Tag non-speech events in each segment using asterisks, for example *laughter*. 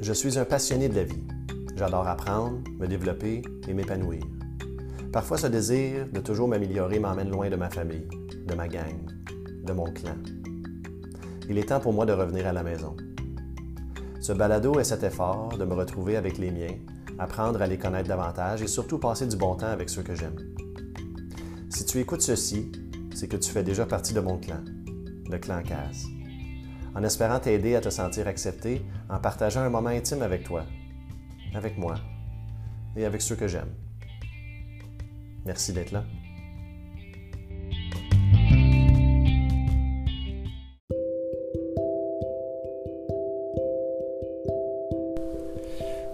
Je suis un passionné de la vie. J'adore apprendre, me développer et m'épanouir. Parfois, ce désir de toujours m'améliorer m'emmène loin de ma famille, de ma gang, de mon clan. Il est temps pour moi de revenir à la maison. Ce balado est cet effort de me retrouver avec les miens, apprendre à les connaître davantage et surtout passer du bon temps avec ceux que j'aime. Si tu écoutes ceci, c'est que tu fais déjà partie de mon clan, le clan CAS. En espérant t'aider à te sentir accepté, en partageant un moment intime avec toi, avec moi et avec ceux que j'aime. Merci d'être là.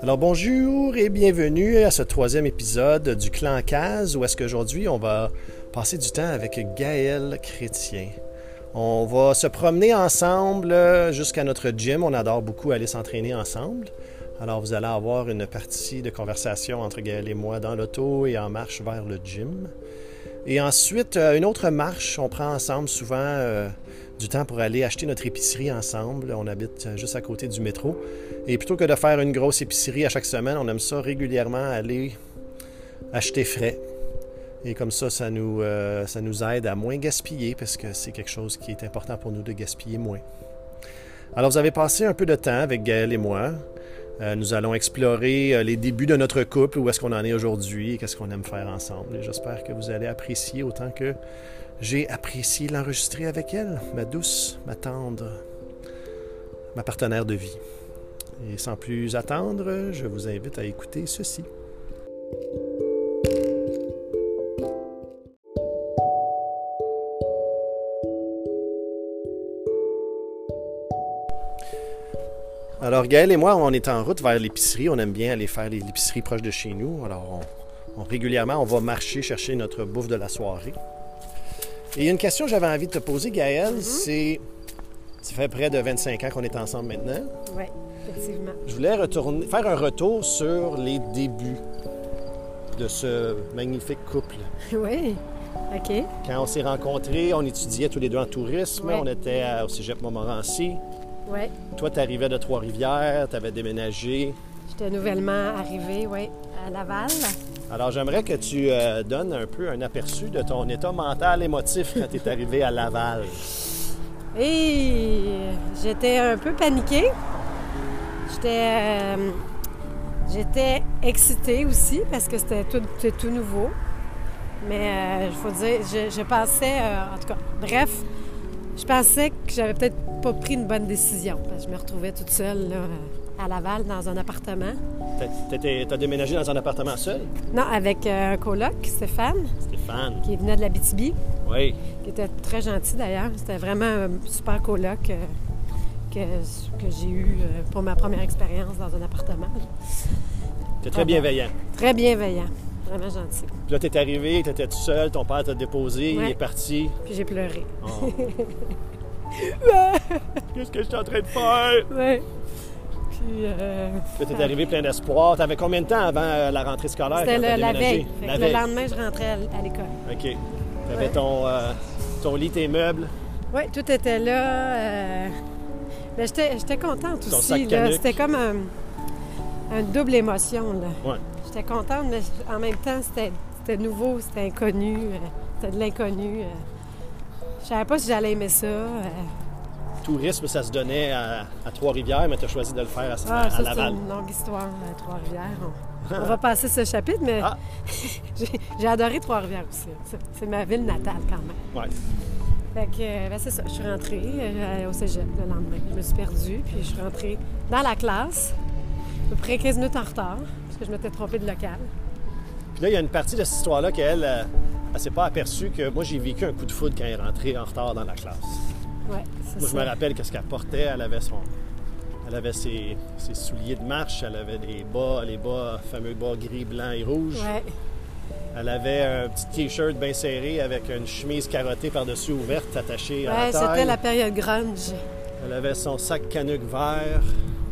Alors bonjour et bienvenue à ce troisième épisode du Clan Case où est-ce qu'aujourd'hui on va passer du temps avec Gaël Chrétien. On va se promener ensemble euh, jusqu'à notre gym. On adore beaucoup aller s'entraîner ensemble. Alors vous allez avoir une partie de conversation entre Gaël et moi dans l'auto et en marche vers le gym. Et ensuite, euh, une autre marche, on prend ensemble souvent euh, du temps pour aller acheter notre épicerie ensemble. On habite euh, juste à côté du métro. Et plutôt que de faire une grosse épicerie à chaque semaine, on aime ça régulièrement aller acheter frais. Et comme ça, ça nous, euh, ça nous aide à moins gaspiller parce que c'est quelque chose qui est important pour nous de gaspiller moins. Alors vous avez passé un peu de temps avec Gaël et moi. Euh, nous allons explorer euh, les débuts de notre couple, où est-ce qu'on en est aujourd'hui, et qu'est-ce qu'on aime faire ensemble. Et j'espère que vous allez apprécier autant que j'ai apprécié l'enregistrer avec elle, ma douce, ma tendre, ma partenaire de vie. Et sans plus attendre, je vous invite à écouter ceci. Alors, Gaël et moi, on est en route vers l'épicerie. On aime bien aller faire les- l'épicerie proche de chez nous. Alors, on- on- régulièrement, on va marcher chercher notre bouffe de la soirée. Et une question que j'avais envie de te poser, Gaël, c'est... Ça fait près de 25 ans qu'on est ensemble maintenant. Oui, *laughs* effectivement. Je voulais retourner, faire un retour sur les débuts de ce magnifique couple. oui, OK. Quand on s'est rencontrés, on étudiait tous les deux en tourisme. Ouais. On était à- au cégep Montmorency. Oui, Toi, t'arrivais de Trois-Rivières, t'avais déménagé. j'étais nouvellement arrivée, oui, à Laval. Alors, j'aimerais que tu euh, donnes un peu un aperçu de ton état mental émotif quand tu es arrivé à Laval. Et j'étais un peu paniquée. J'étais... euh, j'étais excitée aussi parce que c'était tout, c'était tout nouveau. Mais euh, il faut dire, je, je pensais... euh, en tout cas, bref, je pensais que j'avais peut-être pas pris une bonne décision. Parce que je me retrouvais toute seule là, à Laval dans un appartement. Tu as déménagé dans un appartement seul? Non, avec euh, un coloc, Stéphane, Stéphane. qui venait de la BTB. Oui. qui était très gentil d'ailleurs. C'était vraiment un super coloc euh, que, que j'ai eu euh, pour ma première expérience dans un appartement. T'es très Ah ben. bienveillant. Très bienveillant, vraiment gentil. Puis là, t'es arrivé, t'étais tout seul, ton père t'a déposé, il Ouais. est parti. Puis j'ai pleuré. *laughs* Oh. Qu'est-ce que je suis en train de faire? Oui. Puis euh, Puis là, t'es arrivé plein d'espoir. T'avais combien de temps avant euh, la rentrée scolaire? c'était quand t'as le- la déménagé? veille. Fait La que veille. Le lendemain, je rentrais à, à l'école. OK. T'avais Ouais. ton, euh, ton lit, tes meubles. Oui, tout était là. euh, Mais j'étais j'étais contente Ton aussi. sac là. canuc. C'était comme un, un double émotion. Là. Ouais. J'étais contente, mais en même temps, c'était c'était nouveau, c'était inconnu. euh, C'était de l'inconnu. euh. Je savais pas si j'allais aimer ça. euh. Tourisme, ça se donnait à, à Trois-Rivières, mais t'as choisi de le faire à, Ah, à ça, c'est Laval. une longue histoire, euh, *laughs* Trois-Rivières. On, on va passer ce chapitre, mais Ah. *laughs* j'ai j'ai adoré Trois-Rivières aussi. C'est- C'est ma ville natale quand même. Ouais. Fait que, euh, ben, c'est ça. Je suis rentrée euh, au cégep le lendemain. Je me suis perdue, puis je suis rentrée dans la classe, à peu près 15 minutes en retard, parce que je m'étais trompée de local. Puis là, il y a une partie de cette histoire-là qu'elle, euh, elle s'est pas aperçue que moi, j'ai vécu un coup de foudre quand elle est rentrée en retard dans la classe. Ouais, c'est Moi, je ça. me rappelle qu'est-ce qu'elle portait. Elle avait son... Elle avait ses, ses souliers de marche, elle avait des bas, les bas, fameux bas gris, blanc et rouge. Ouais, Elle avait un petit t-shirt bien serré avec une chemise carottée par-dessus ouverte, attachée à ouais la taille. c'était la période grunge. Elle avait son sac canuc vert,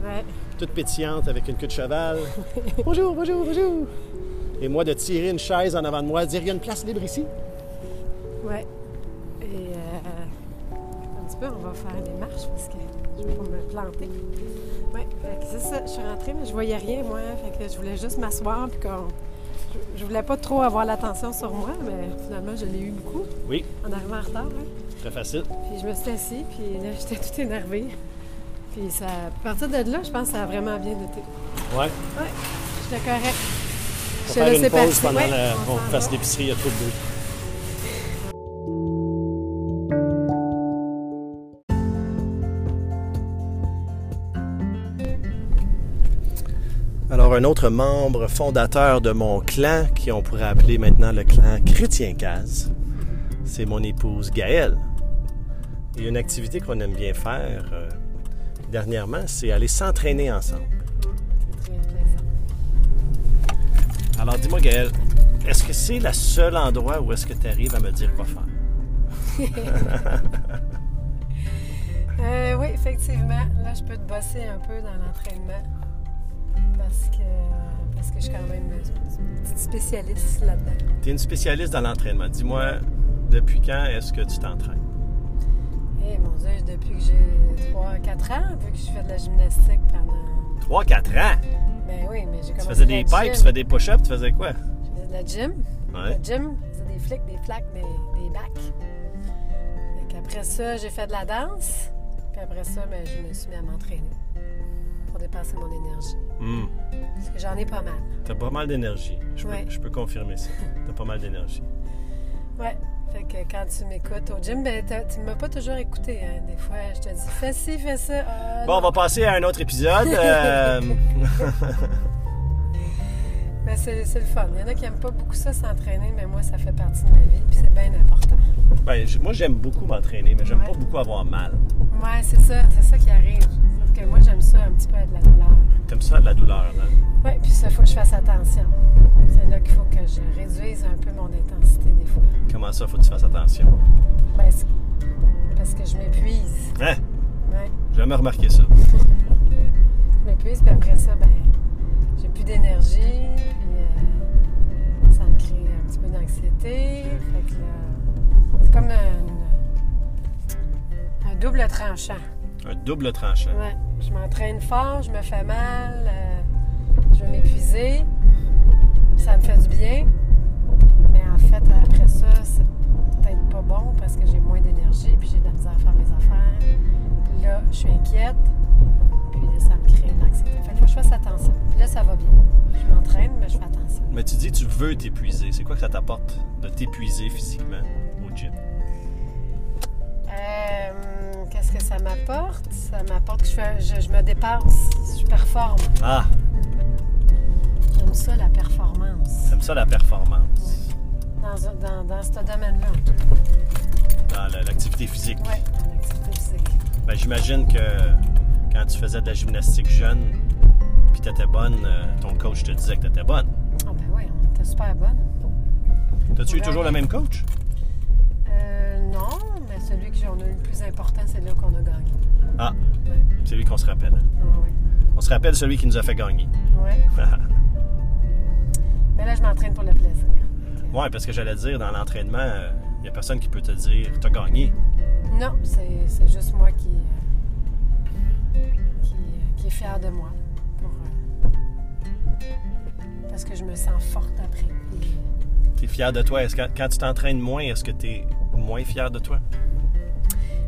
Ouais. toute pétillante avec une queue de cheval. bonjour, bonjour, bonjour. Et moi de tirer une chaise en avant de moi, dire il y a une place libre ici. Ouais. Et euh, un petit petit peu, on va faire des marches parce que je vais pas me planter. Ouais, fait que c'est ça, je suis rentrée, mais je voyais rien, moi. Fait que je voulais juste m'asseoir, puis qu'on... je- Je voulais pas trop avoir l'attention sur moi, mais finalement, je l'ai eu beaucoup Oui, en arrivant en retard. hein. très facile. Puis je me suis assise, puis là, j'étais toute énervée. Puis ça, à partir de là, je pense que ça a vraiment bien été. Ouais. J'étais correcte. On va Je le faire une sais pas, pause c'est- pendant ouais, la- on qu'on s'en fasse va. l'épicerie, il y a trop de bruit. Alors, un autre membre fondateur de mon clan, qui on pourrait appeler maintenant le clan chrétien case, c'est mon épouse Gaëlle. Et une activité qu'on aime bien faire euh, dernièrement, c'est aller s'entraîner ensemble. Très plaisant. Alors dis-moi Gaël, est-ce que c'est le seul endroit où est-ce que tu arrives à me dire quoi faire? *laughs* Euh, oui, effectivement. Là, je peux te bosser un peu dans l'entraînement parce que, parce que je suis quand même une petite spécialiste là-dedans. Tu es une spécialiste dans l'entraînement. Dis-moi, depuis quand est-ce que tu t'entraînes? Eh mon Dieu, depuis que j'ai 3-4 ans, vu que je fais de la gymnastique pendant. 3-4 ans! Ben oui, mais j'ai commencé. Tu faisais de la des pipes, gym. tu faisais des push-ups, tu faisais quoi? Je faisais de la gym. Ouais. La gym, je faisais des flics, des flaques, des, des bacs. Fait qu'après ça, j'ai fait de la danse. Puis après ça, ben, je me suis mis à m'entraîner pour dépenser mon énergie. Hmm, Parce que j'en ai pas mal. T'as pas mal d'énergie. Je, peux- Ouais. je peux confirmer ça. T'as pas mal d'énergie. Ouais. Fait que quand tu m'écoutes au gym, ben t'as- tu m'as pas toujours écouté. Hein. Des fois, je te dis fais ci, fais ça. Ah, Bon, on non. va passer à un autre *laughs* épisode. euh, Ben, c'est c'est le fun. Il y en a qui aiment pas beaucoup ça s'entraîner, mais moi, ça fait partie de ma vie. Puis c'est bien important. ben, j- moi, j'aime beaucoup m'entraîner, mais j'aime Ouais. pas beaucoup avoir mal. Ouais, c'est ça. C'est ça qui arrive. Sauf que moi, j'aime ça un petit peu être la douleur. T'aimes ça, de la douleur, hein? là? Ouais, puis ça, faut que je fasse attention. C'est là qu'il faut que je réduise un peu mon intensité des fois. Comment ça, faut que tu fasses attention? Ben, c'est- parce que je m'épuise. Hein? Ouais. J'ai jamais remarqué ça. Je m'épuise, puis après ça, ben, j'ai plus d'énergie, puis euh, ça me crée un petit peu d'anxiété. Fait que là, c'est comme une- un double tranchant. Un double tranchant. Ouais, je m'entraîne fort, je me fais mal, euh, je vais m'épuiser, ça me fait du bien, mais en fait, après ça, c'est peut-être pas bon parce que j'ai moins d'énergie, puis j'ai de la misère à faire mes affaires. Puis là, je suis inquiète, puis là, ça me crée de l'anxiété. Fait que faut que je fasse attention. Puis là, ça va bien. Je m'entraîne, mais je fais attention. Mais tu dis tu veux t'épuiser. C'est quoi que ça t'apporte de t'épuiser physiquement au gym? Euh, Qu'est-ce que ça m'apporte? Ça m'apporte que je, fais- je- je me dépasse, je performe. Ah, J'aime ça, la performance. t'aimes ça la performance. dans, un- dans, dans ce domaine-là. Dans la- l'activité physique. Oui, dans l'activité physique. Ben, J'imagine que quand tu faisais de la gymnastique jeune, puis t'étais bonne, euh, ton coach te disait que t'étais bonne. Ah ben oui, on était super bonne. T'as-tu eu Ouais. toujours le même coach? Euh, non, mais celui que j'en ai eu le plus important, c'est là qu'on a gagné. Ah, Ouais. c'est lui qu'on se rappelle. Ah oui. On se rappelle celui qui nous a fait gagner. *laughs* Ouais. Mais là, je m'entraîne pour le plaisir. ouais, parce que j'allais dire, dans l'entraînement, il n'y a personne qui peut te dire t'as gagné. Non, c'est c'est juste moi qui, euh, qui, euh, qui est fier de moi. pour, euh, parce que je me sens forte après. Puis, T'es fier de toi. Est-ce que quand tu t'entraînes moins, est-ce que t'es moins fier de toi?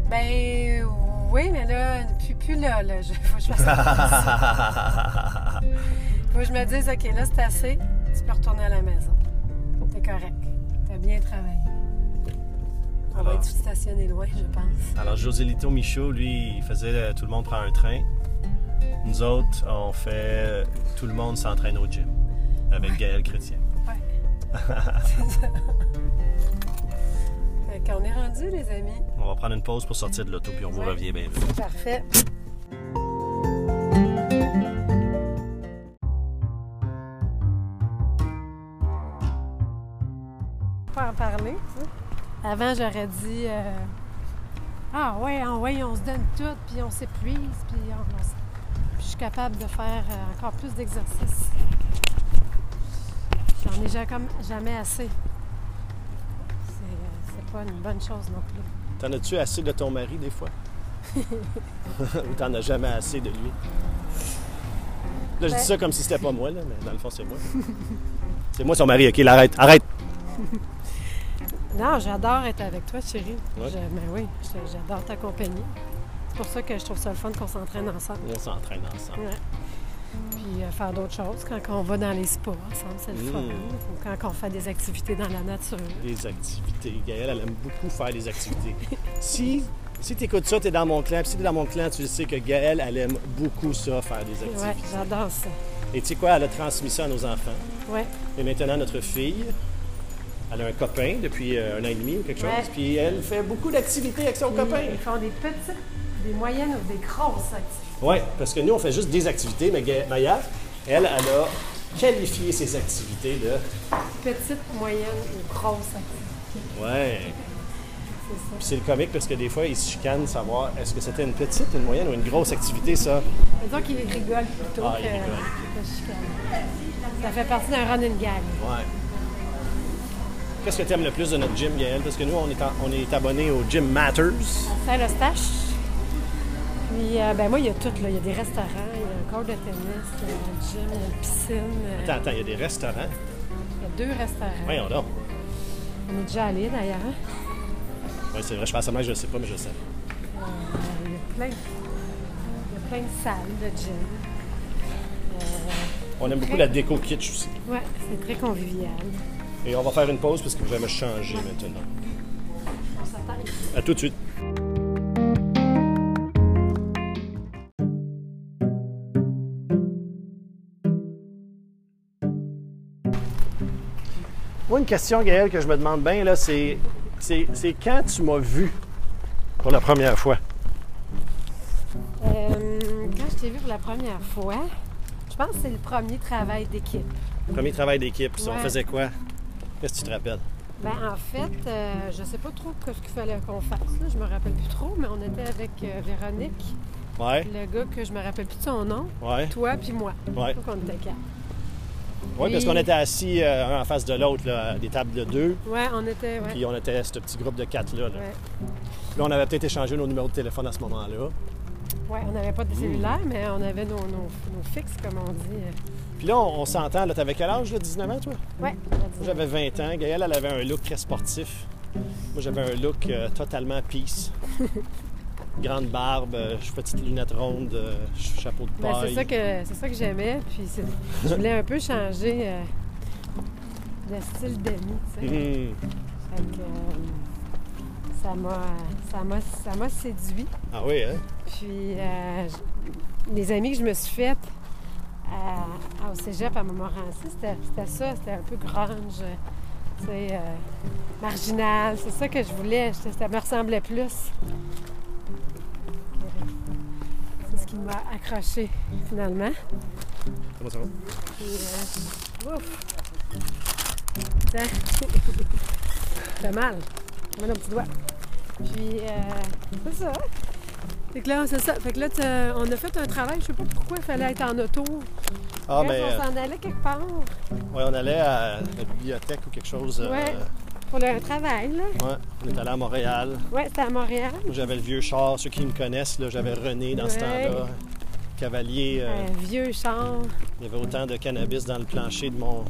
ben oui, mais là, puis plus là, là, je, faut *laughs* que je fasse attention. Faut que je me dise, OK, là, c'est assez. Tu peux retourner à la maison. T'es correct. T'as bien travaillé. On Alors. va être stationné loin, je pense. *laughs* Alors, José Lito Michaud, lui, il faisait euh, tout le monde prend un train. Nous autres, on fait euh, tout le monde s'entraîne au gym avec Gaël Chrétien. Ouais. C'est ça. Fait qu'on est rendu, les amis. On va prendre une pause pour sortir de l'auto puis on vous Ouais. revient bien vite. C'est parfait. Pas en parler, tu sais. Avant, j'aurais dit euh, Ah, ouais, ah ouais, on se donne tout, puis on s'épuise, puis on, on s- puis je suis capable de faire euh, encore plus d'exercices. J'en ai ja- comme jamais assez. C'est euh, c'est pas une bonne chose non plus. *laughs* T'en as-tu assez de ton mari des fois? Ou t'en as jamais assez de lui. Là, je Ben- dis ça comme si c'était pas moi, là, mais dans le fond, c'est moi. c'est moi son mari, ok, l'arrête. Arrête! Non, j'adore être avec toi, chérie. Ouais. Je- ben oui, je- j'adore ta compagnie. C'est pour ça que je trouve ça le fun qu'on s'entraîne ensemble. On s'entraîne ensemble. Ouais. Puis euh, faire d'autres choses. Quand on va dans les spas ensemble, c'est le fun. Mm. Ou quand on fait des activités dans la nature. Des activités. Gaëlle, elle aime beaucoup faire des activités. si si t'écoutes ça, t'es dans mon clan. Puis si t'es dans mon clan, tu le sais que Gaëlle, elle aime beaucoup ça, faire des activités. Ouais, j'adore ça. Et tu sais quoi, elle a transmis ça à nos enfants. Ouais. Et maintenant, notre fille, elle a un copain depuis euh, un an et demi ou quelque chose. Ouais. Mm. Puis elle fait beaucoup d'activités avec son copain. Ils font des petites, des moyennes ou des grosses activités. Oui, parce que nous, on fait juste des activités, mais Ga- Maya, elle, elle a qualifié ses activités de. Petites, moyennes ou grosses activités. Ouais. C'est ça. Puis c'est le comique parce que des fois, ils se chicanent de savoir est-ce que c'était une petite, une moyenne ou une grosse activité, ça. Mais donc, ils rigolent plutôt Ah, que, ils rigolent. que je chicane. Ça fait partie d'un run and gang. Ouais. Qu'est-ce que tu aimes le plus de notre gym, Gaëlle? Parce que nous, on est, en- on est abonnés au Gym Matters. Saint-Eustache. Puis, euh, ben moi, il y a tout. Là. Il y a des restaurants, il y a un cours de tennis, il y a un gym, il y a une piscine. euh, Attends, attends, il y a des restaurants. Il y a deux restaurants. Voyons donc. On est déjà allé d'ailleurs. hein. Ouais, c'est vrai, je pense à moi, je le sais pas, mais je le sais. Euh, il, y a plein, il y a plein de salles de gym. On aime beaucoup la déco kitsch aussi. Ouais, c'est très convivial. Et on va faire une pause parce que je vais me changer maintenant. On s'attend ici. À tout de suite. Moi, une question, Gaëlle, que je me demande bien, là, c'est, c'est, c'est quand tu m'as vu pour la première fois? Euh, quand je t'ai vu pour la première fois, je pense que c'est le premier travail d'équipe. Premier travail d'équipe, ça, on Ouais. faisait quoi? Qu'est-ce que tu te rappelles? Ben, en fait, euh, je sais pas trop que- ce qu'il fallait qu'on fasse. Là. Je me rappelle plus trop, mais on était avec euh, Véronique, Ouais, le gars que je me rappelle plus de son nom, ouais, toi puis moi. ouais. Donc, on était quatre. Oui, parce Puis- qu'on était assis euh, un en face de l'autre, là, à des tables de deux, Ouais, on était. Ouais. puis euh, on était ce petit groupe de quatre-là. Là. Ouais. Là, on avait peut-être échangé nos numéros de téléphone à ce moment-là. Ouais, on n'avait pas Hmm. de cellulaire, mais on avait nos, nos, nos fixes, comme on dit. euh, Puis là, on, on s'entend, là, t'avais quel âge, là, 19 ans, toi? Ouais, Moi, j'avais 20 ans. Gaëlle, elle avait un look très sportif. Moi, j'avais un look euh, totalement *laughs* peace. Grande barbe, euh, petites lunettes rondes, euh, ch- chapeau de Ben, c'est paille. ça que c'est ça que j'aimais. Puis c'est- je voulais un peu changer euh, le style d'ami. tu sais. Mhm. Fait que, euh, ça m'a ça m'a ça m'a séduit. Ah oui, hein? Puis euh, je- les amis que je me suis faites à- à- au cégep à Montmorency, c'était c'était ça, c'était un peu grunge, tu sais, euh, marginal. C'est ça que je voulais. Je- ça me ressemblait plus. C'est ce qui m'a accroché finalement. Comment ça va? Puis, euh, ouf! Ça fait mal. Comme un petit doigt. Puis, euh, c'est ça. Fait que là, c'est ça. Fait que là, t'as- on a fait un travail. Je sais pas pourquoi il fallait être en auto. Ah, mais Bref, on s'en allait quelque part euh, ouais, on allait à la bibliothèque ou quelque chose. euh, Ouais. pour le travail, là. ouais. On est allé à Montréal. Ouais, c'était à Montréal. Moi, j'avais le vieux char. Ceux qui me connaissent, là, j'avais René dans ce Ouais. temps-là. Cavalier. euh, Un vieux champ. Il y avait autant de cannabis dans le plancher de mon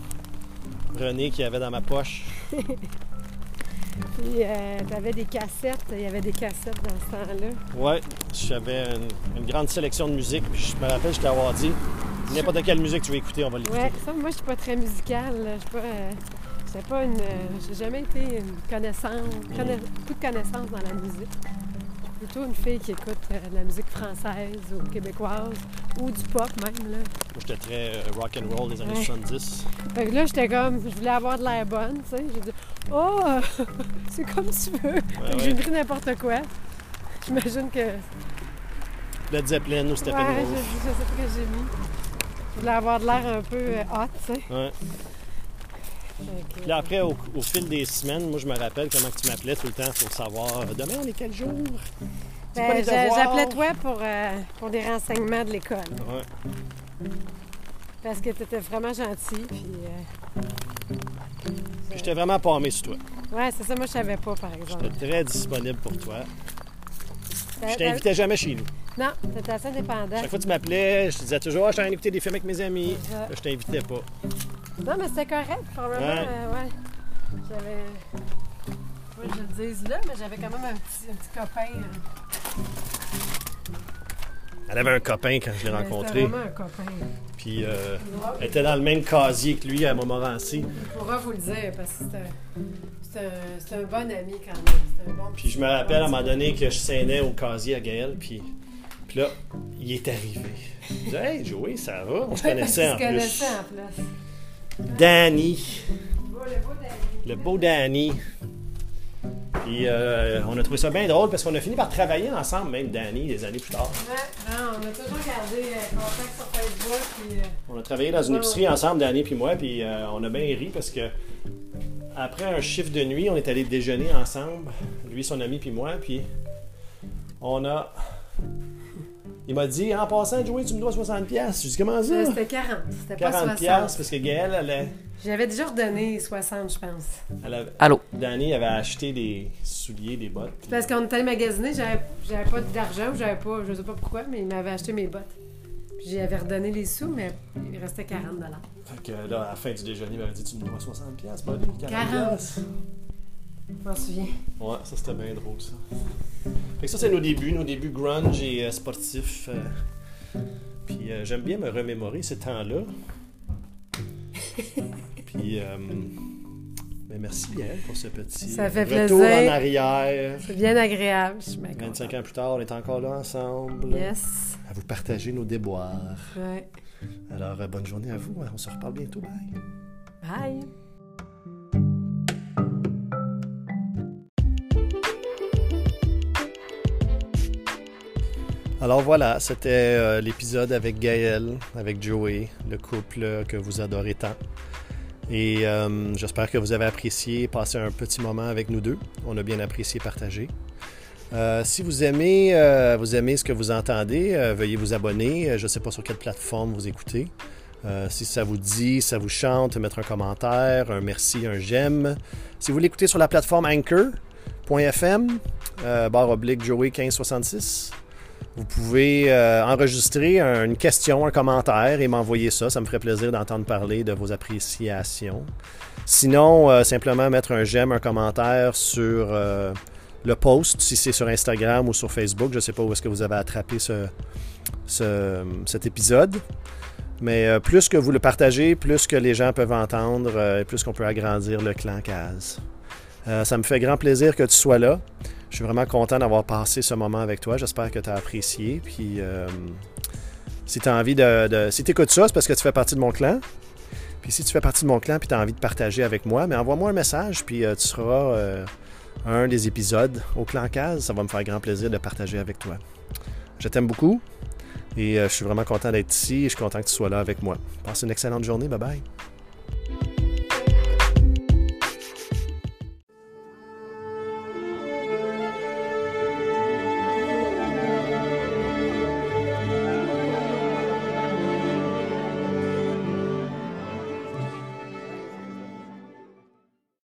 René qu'il y avait dans ma poche. Puis, euh, t'avais des cassettes. Il y avait des cassettes dans ce temps-là. Ouais, j'avais une, une grande sélection de musique. Puis je me rappelle, je t'avais dit, n'importe quelle musique tu veux écouter, on va l'écouter. Ouais, ça, moi, je suis pas très musicale. là. Je suis pas. euh, j'étais pas une. euh, J'ai jamais été une connaissance. conna- Beaucoup de connaissances dans la musique. Je suis Plutôt une fille qui écoute euh, de la musique française ou québécoise ou du pop même. Là. Moi, j'étais très euh, rock and roll des années Ouais. 70. Fait que là, j'étais comme. Je voulais avoir de l'air bonne, tu sais. J'ai dit, oh, *laughs* euh, c'est comme tu veux. Fait que Ah ouais. j'ai pris n'importe quoi. J'imagine que. Led Zeppelin ou Ouais, je, Steppenwolf. je sais pas ce que j'ai mis. Je voulais avoir de l'air un peu euh, hot, tu sais. Ouais. Fait que- Puis là, après, au, au fil des semaines, moi, je me rappelle comment que tu m'appelais tout le temps pour savoir euh, demain, on est quel jour? C'est quoi Ben, les j'a- devoirs? J'appelais toi pour, euh, pour des renseignements de l'école. Ouais. Parce que tu étais vraiment gentil. Puis, euh, Puis J'étais vraiment palmé sur toi. ouais, c'est ça, moi, je savais pas, par exemple. J'étais très disponible pour toi. Ben, Je t'invitais jamais chez nous. Non, t'étais assez indépendant. Chaque fois que tu m'appelais, je te disais toujours Ah, je suis en train d'écouter des films avec mes amis. C'est ça. Là, je t'invitais pas. Non, mais c'était correct, probablement. Ouais. euh, ouais. J'avais. Faut que je le dise là, mais j'avais quand même un petit, un petit copain. euh, Elle avait un copain quand je l'ai mais rencontré. C'était vraiment un copain. Puis euh, elle était dans le même casier que lui à Montmorency. Il pourra vous le dire parce que c'est un, c'est un, c'est un bon ami quand même. C'est un bon Puis je me rappelle à un moment donné que je scénais au casier à Gaël. Puis, puis là, il est arrivé. Je disais Hey, Joey, ça va On se connaissait en plus. plus. en plus. Danny, Beau, le beau d'ami. le beau Danny. Puis euh, on a trouvé ça bien drôle parce qu'on a fini par travailler ensemble, même Danny, des années plus tard. Ouais, non, on a toujours gardé euh, contact sur Facebook. Puis, euh, On a travaillé dans une épicerie ensemble, Danny puis moi, puis euh, on a bien ri parce que après un chiffre de nuit, on est allé déjeuner ensemble, lui, son ami puis moi, puis on a. Il m'a dit en passant, Joey, tu me dois 60 pièces. J'ai dit comment ça euh, c'était 40. C'était pas 40 60. pièces parce que Gaëlle, elle, a- J'avais déjà redonné 60, je pense. elle avait- Allô? Danny avait acheté des souliers, des bottes. puis- Parce qu'on était allé magasiner, j'avais j'avais pas d'argent, ou j'avais pas, je sais pas pourquoi, mais il m'avait acheté mes bottes. Puis j'y avais redonné les sous, mais il restait 40 Fait que là, à la fin du déjeuner, il m'avait dit tu me dois 60 pièces, buddy, 40 40. piastres. Je m'en souviens. Ouais, ça c'était bien drôle ça. Fait que ça c'est nos débuts, nos débuts grunge et euh, sportifs. euh. Puis euh, j'aime bien me remémorer ces *laughs* temps-là. Puis euh, ben, merci Gaël pour ce petit Ça fait retour plaisir. en arrière. C'est bien agréable, je suis bien contente. 25 ans plus tard, on est encore là ensemble Yes. à vous partager nos déboires. Ouais. Alors euh, bonne journée à vous, on se reparle bientôt, bye. Bye. Alors voilà, c'était euh, l'épisode avec Gaël, avec Joey, le couple que vous adorez tant. Et euh, j'espère que vous avez apprécié passer un petit moment avec nous deux. On a bien apprécié partager. Euh, si vous aimez, euh, vous aimez ce que vous entendez, euh, veuillez vous abonner. Euh, Je ne sais pas sur quelle plateforme vous écoutez. Euh, si ça vous dit, ça vous chante, mettre un commentaire, un merci, un j'aime. Si vous l'écoutez sur la plateforme anchor.fm, euh, barre oblique Joey 1566, vous pouvez euh, enregistrer un- une question, un commentaire et m'envoyer ça. Ça me ferait plaisir d'entendre parler de vos appréciations. Sinon, euh, simplement mettre un j'aime, un commentaire sur euh, le post, si c'est sur Instagram ou sur Facebook. Je ne sais pas où est-ce que vous avez attrapé ce, ce- cet épisode. Mais euh, plus que vous le partagez, plus que les gens peuvent entendre, euh, et plus qu'on peut agrandir le clan Caz. Euh, ça me fait grand plaisir que tu sois là. Je suis vraiment content d'avoir passé ce moment avec toi. J'espère que tu as apprécié. Puis, euh, si tu as envie de. de- si tu écoutes ça, c'est parce que tu fais partie de mon clan. Puis, si tu fais partie de mon clan puis tu as envie de partager avec moi, mais envoie-moi un message, puis euh, tu seras euh, un des épisodes au clan Case. Ça va me faire grand plaisir de partager avec toi. Je t'aime beaucoup et euh, je suis vraiment content d'être ici. et Je suis content que tu sois là avec moi. Passe une excellente journée. Bye bye.